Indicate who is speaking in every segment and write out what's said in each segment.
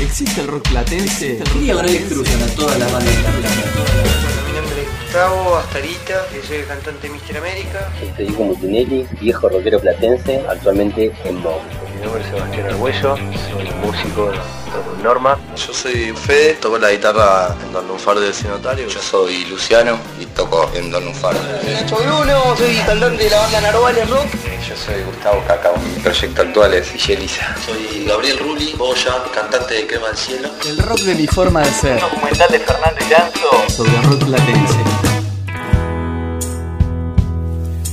Speaker 1: ¿Existe el rock platense?
Speaker 2: ¿Qué diagonales cruzan a todas las bandas de la plata?
Speaker 3: Mi nombre es Gustavo Astarita, que soy el cantante de Mister América.
Speaker 4: Soy Federico Mutinelli, viejo rockero platense, actualmente en Bob.
Speaker 5: Mi nombre es Sebastián Arguello, soy músico, toco en Norma.
Speaker 6: Yo soy Fede, toco la guitarra en Don Lunfardo del Cenotario.
Speaker 7: Yo soy Luciano y toco en Don Lunfardo.
Speaker 8: Nacho Bruno, soy cantante de la banda Narvales Rock.
Speaker 9: Yo soy Gustavo Cacao, mi proyecto actual es Yelisa.
Speaker 10: Soy Gabriel Rulli, Boya, cantante de Crema del Cielo.
Speaker 1: El rock de mi forma de ser.
Speaker 11: Un documental de Fernando Iranzo
Speaker 1: sobre el rock platense.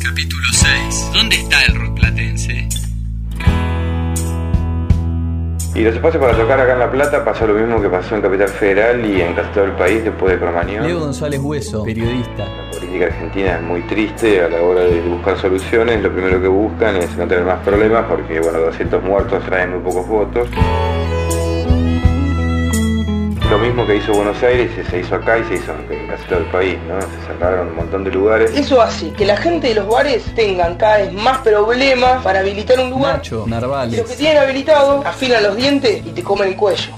Speaker 12: Capítulo 6. ¿Dónde está el rock platense?
Speaker 9: Y los espacios para tocar acá en La Plata pasó lo mismo que pasó en Capital Federal y en casi todo el país después de Cromañón.
Speaker 1: Leo González Hueso, periodista.
Speaker 9: La política argentina es muy triste a la hora de buscar soluciones. Lo primero que buscan es no tener más problemas porque, bueno, 200 muertos traen muy pocos votos. Lo mismo que hizo Buenos Aires se hizo acá y se hizo en casi todo el país, ¿no? Se cerraron un montón de lugares.
Speaker 8: Eso hace que la gente de los bares tengan cada vez más problemas para habilitar un lugar.
Speaker 1: Nacho, Narvales.
Speaker 8: Y los que tienen habilitado afilan los dientes y te comen el cuello.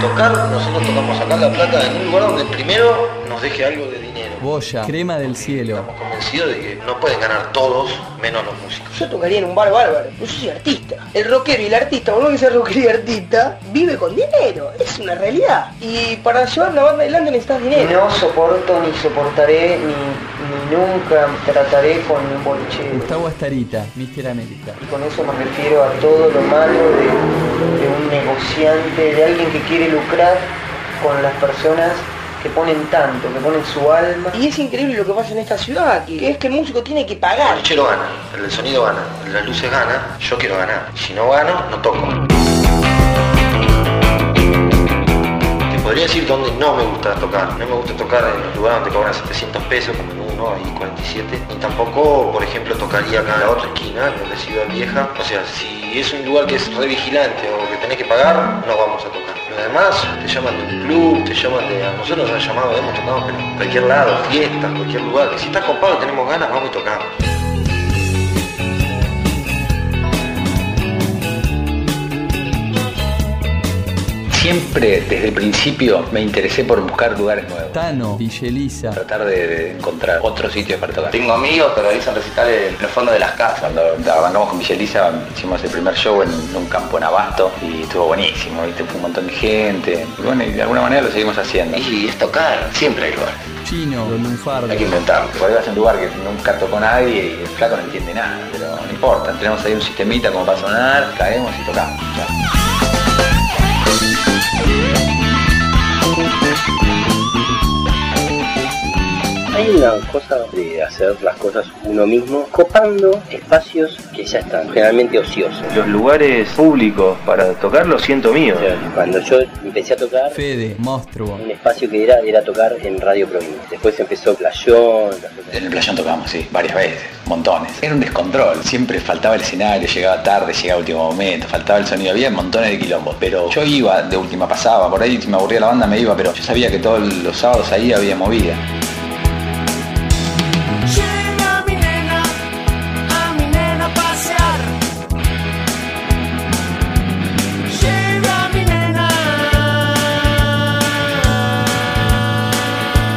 Speaker 10: Tocar, nosotros tocamos acá en La Plata en un lugar donde primero nos deje algo de dinero.
Speaker 1: Boya, crema del cielo.
Speaker 10: Estamos convencidos de que no pueden ganar todos menos los músicos.
Speaker 8: Yo tocaría en un bar bárbaro. Yo soy artista. El rockero y el artista, por lo que sea rockero y artista, vive con dinero. Es una realidad. Y para llevar la banda adelante necesitas dinero.
Speaker 13: No soporto, ni soportaré, ni, ni nunca trataré con un bolichero.
Speaker 1: Gustavo Astarita, Mister América.
Speaker 13: Y con eso me refiero a todo lo malo de, de un negociante, de alguien que quiere lucrar con las personas que ponen tanto, que ponen su alma.
Speaker 8: Y es increíble lo que pasa en esta ciudad, que es que el músico tiene que pagar.
Speaker 10: El chelo gana, el sonido gana, las luces gana, yo quiero ganar. Si no gano, no toco. Te podría decir dónde no me gusta tocar. No me gusta tocar en los lugares donde cobran 700 pesos, como en uno y 47. Ni tampoco, por ejemplo, tocaría acá en la otra esquina, en la ciudad vieja. O sea, si es un lugar que es re vigilante o que tenés que pagar, no vamos a tocar además te llaman de un club, te llaman de... A nosotros nos han llamado, hemos tocado pero en cualquier lado, fiestas, cualquier lugar. Que si estás copado y tenemos ganas, vamos y tocamos.
Speaker 7: Siempre desde el principio me interesé por buscar lugares nuevos.
Speaker 1: Tano, Villeliza.
Speaker 7: Tratar de, de encontrar otros sitios para tocar.
Speaker 9: Tengo amigos que realizan recitales en los fondos de las casas.
Speaker 7: Cuando arrancamos con Villeliza hicimos el primer show en, en un campo en Abasto y estuvo buenísimo, ¿viste? fue un montón de gente. Y bueno, y de alguna manera lo seguimos haciendo.
Speaker 9: Y es tocar, siempre hay lugar.
Speaker 1: Chino, Don Lunfardo.
Speaker 7: Hay que inventarlo. Por ahí vas a un lugar que nunca tocó nadie y el flaco no entiende nada, pero no importa. Tenemos ahí un sistemita como para sonar, caemos y tocamos. Ya.
Speaker 4: Hay una cosa de hacer las cosas uno mismo, copando espacios que ya están generalmente ociosos.
Speaker 9: Los lugares públicos para tocar los siento mío.
Speaker 4: O sea, cuando yo empecé a tocar,
Speaker 1: Fede, monstruo.
Speaker 4: Un espacio que era, era tocar en Radio Provincia. Después empezó Playón.
Speaker 7: En el Playón tocamos, sí, varias veces, montones. Era un descontrol, siempre faltaba el escenario, llegaba tarde, llegaba último momento, faltaba el sonido, había montones de quilombos. Pero yo iba, de última pasaba, por ahí si me aburría la banda me iba, pero yo sabía que todos los sábados ahí había movida.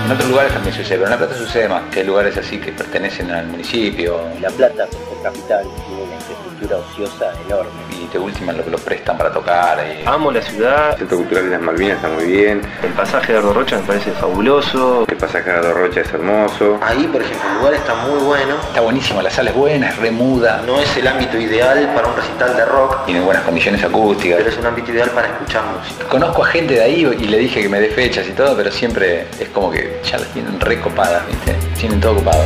Speaker 7: En otros lugares también sucede, pero en La Plata sucede más, que hay lugares así que pertenecen al municipio.
Speaker 4: La Plata, como capital, tiene una infraestructura ociosa enorme.
Speaker 7: Y de última lo, lo prestan para tocar. Y...
Speaker 10: Ah.
Speaker 9: Amo la ciudad. El Centro Cultural de las Malvinas está muy bien.
Speaker 5: El pasaje de Ardo Rocha me parece fabuloso.
Speaker 9: El pasaje de Ardo Rocha es hermoso.
Speaker 10: Ahí, por ejemplo, el lugar está muy bueno.
Speaker 7: Está buenísimo, la sala es buena, es remuda.
Speaker 10: No es el ámbito ideal para un recital de rock.
Speaker 7: Tiene buenas condiciones acústicas.
Speaker 10: Pero es un ámbito ideal para escuchar música.
Speaker 7: Conozco a gente de ahí y le dije que me dé fechas y todo, pero siempre es como que ya las tienen recopadas, ¿viste? Tienen todo ocupado.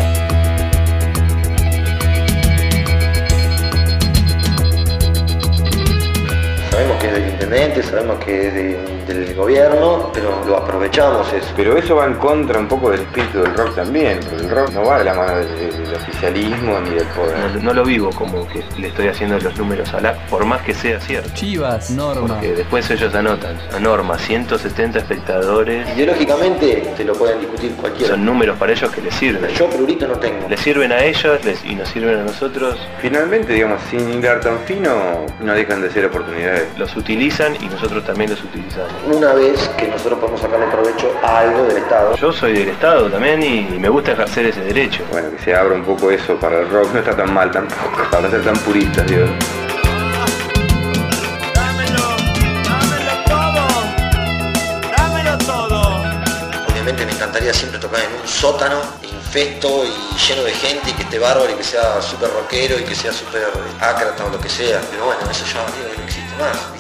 Speaker 10: Sabemos que es intendente, sabemos que es de- del gobierno, pero lo aprovechamos eso.
Speaker 9: Pero eso va en contra un poco del espíritu del rock también, porque el rock no va de la mano del, del oficialismo ni del poder.
Speaker 5: No, no lo vivo como que le estoy haciendo los números a la, por más que sea cierto.
Speaker 1: Chivas, Norma.
Speaker 5: Porque después ellos anotan. A Norma, 170 espectadores.
Speaker 10: Ideológicamente te lo pueden discutir cualquiera.
Speaker 5: Son números para ellos que les sirven.
Speaker 10: Yo prurito no tengo.
Speaker 5: Les sirven a ellos les- y nos sirven a nosotros.
Speaker 9: Finalmente, digamos, sin hilar tan fino, no dejan de ser oportunidades.
Speaker 5: Los utilizan y nosotros también los utilizamos.
Speaker 10: Una vez que nosotros podemos sacarle provecho a algo del Estado.
Speaker 5: Yo soy del Estado también y me gusta ejercer ese derecho.
Speaker 9: Bueno, que se abra un poco eso para el rock, no está tan mal tampoco, para ser tan puristas, digo.
Speaker 11: Dámelo todo.
Speaker 10: Obviamente me encantaría siempre tocar en un sótano infesto y lleno de gente y que esté bárbaro y que sea súper rockero y que sea súper ácrata o lo que sea. Pero bueno, eso ya digo, no existe más.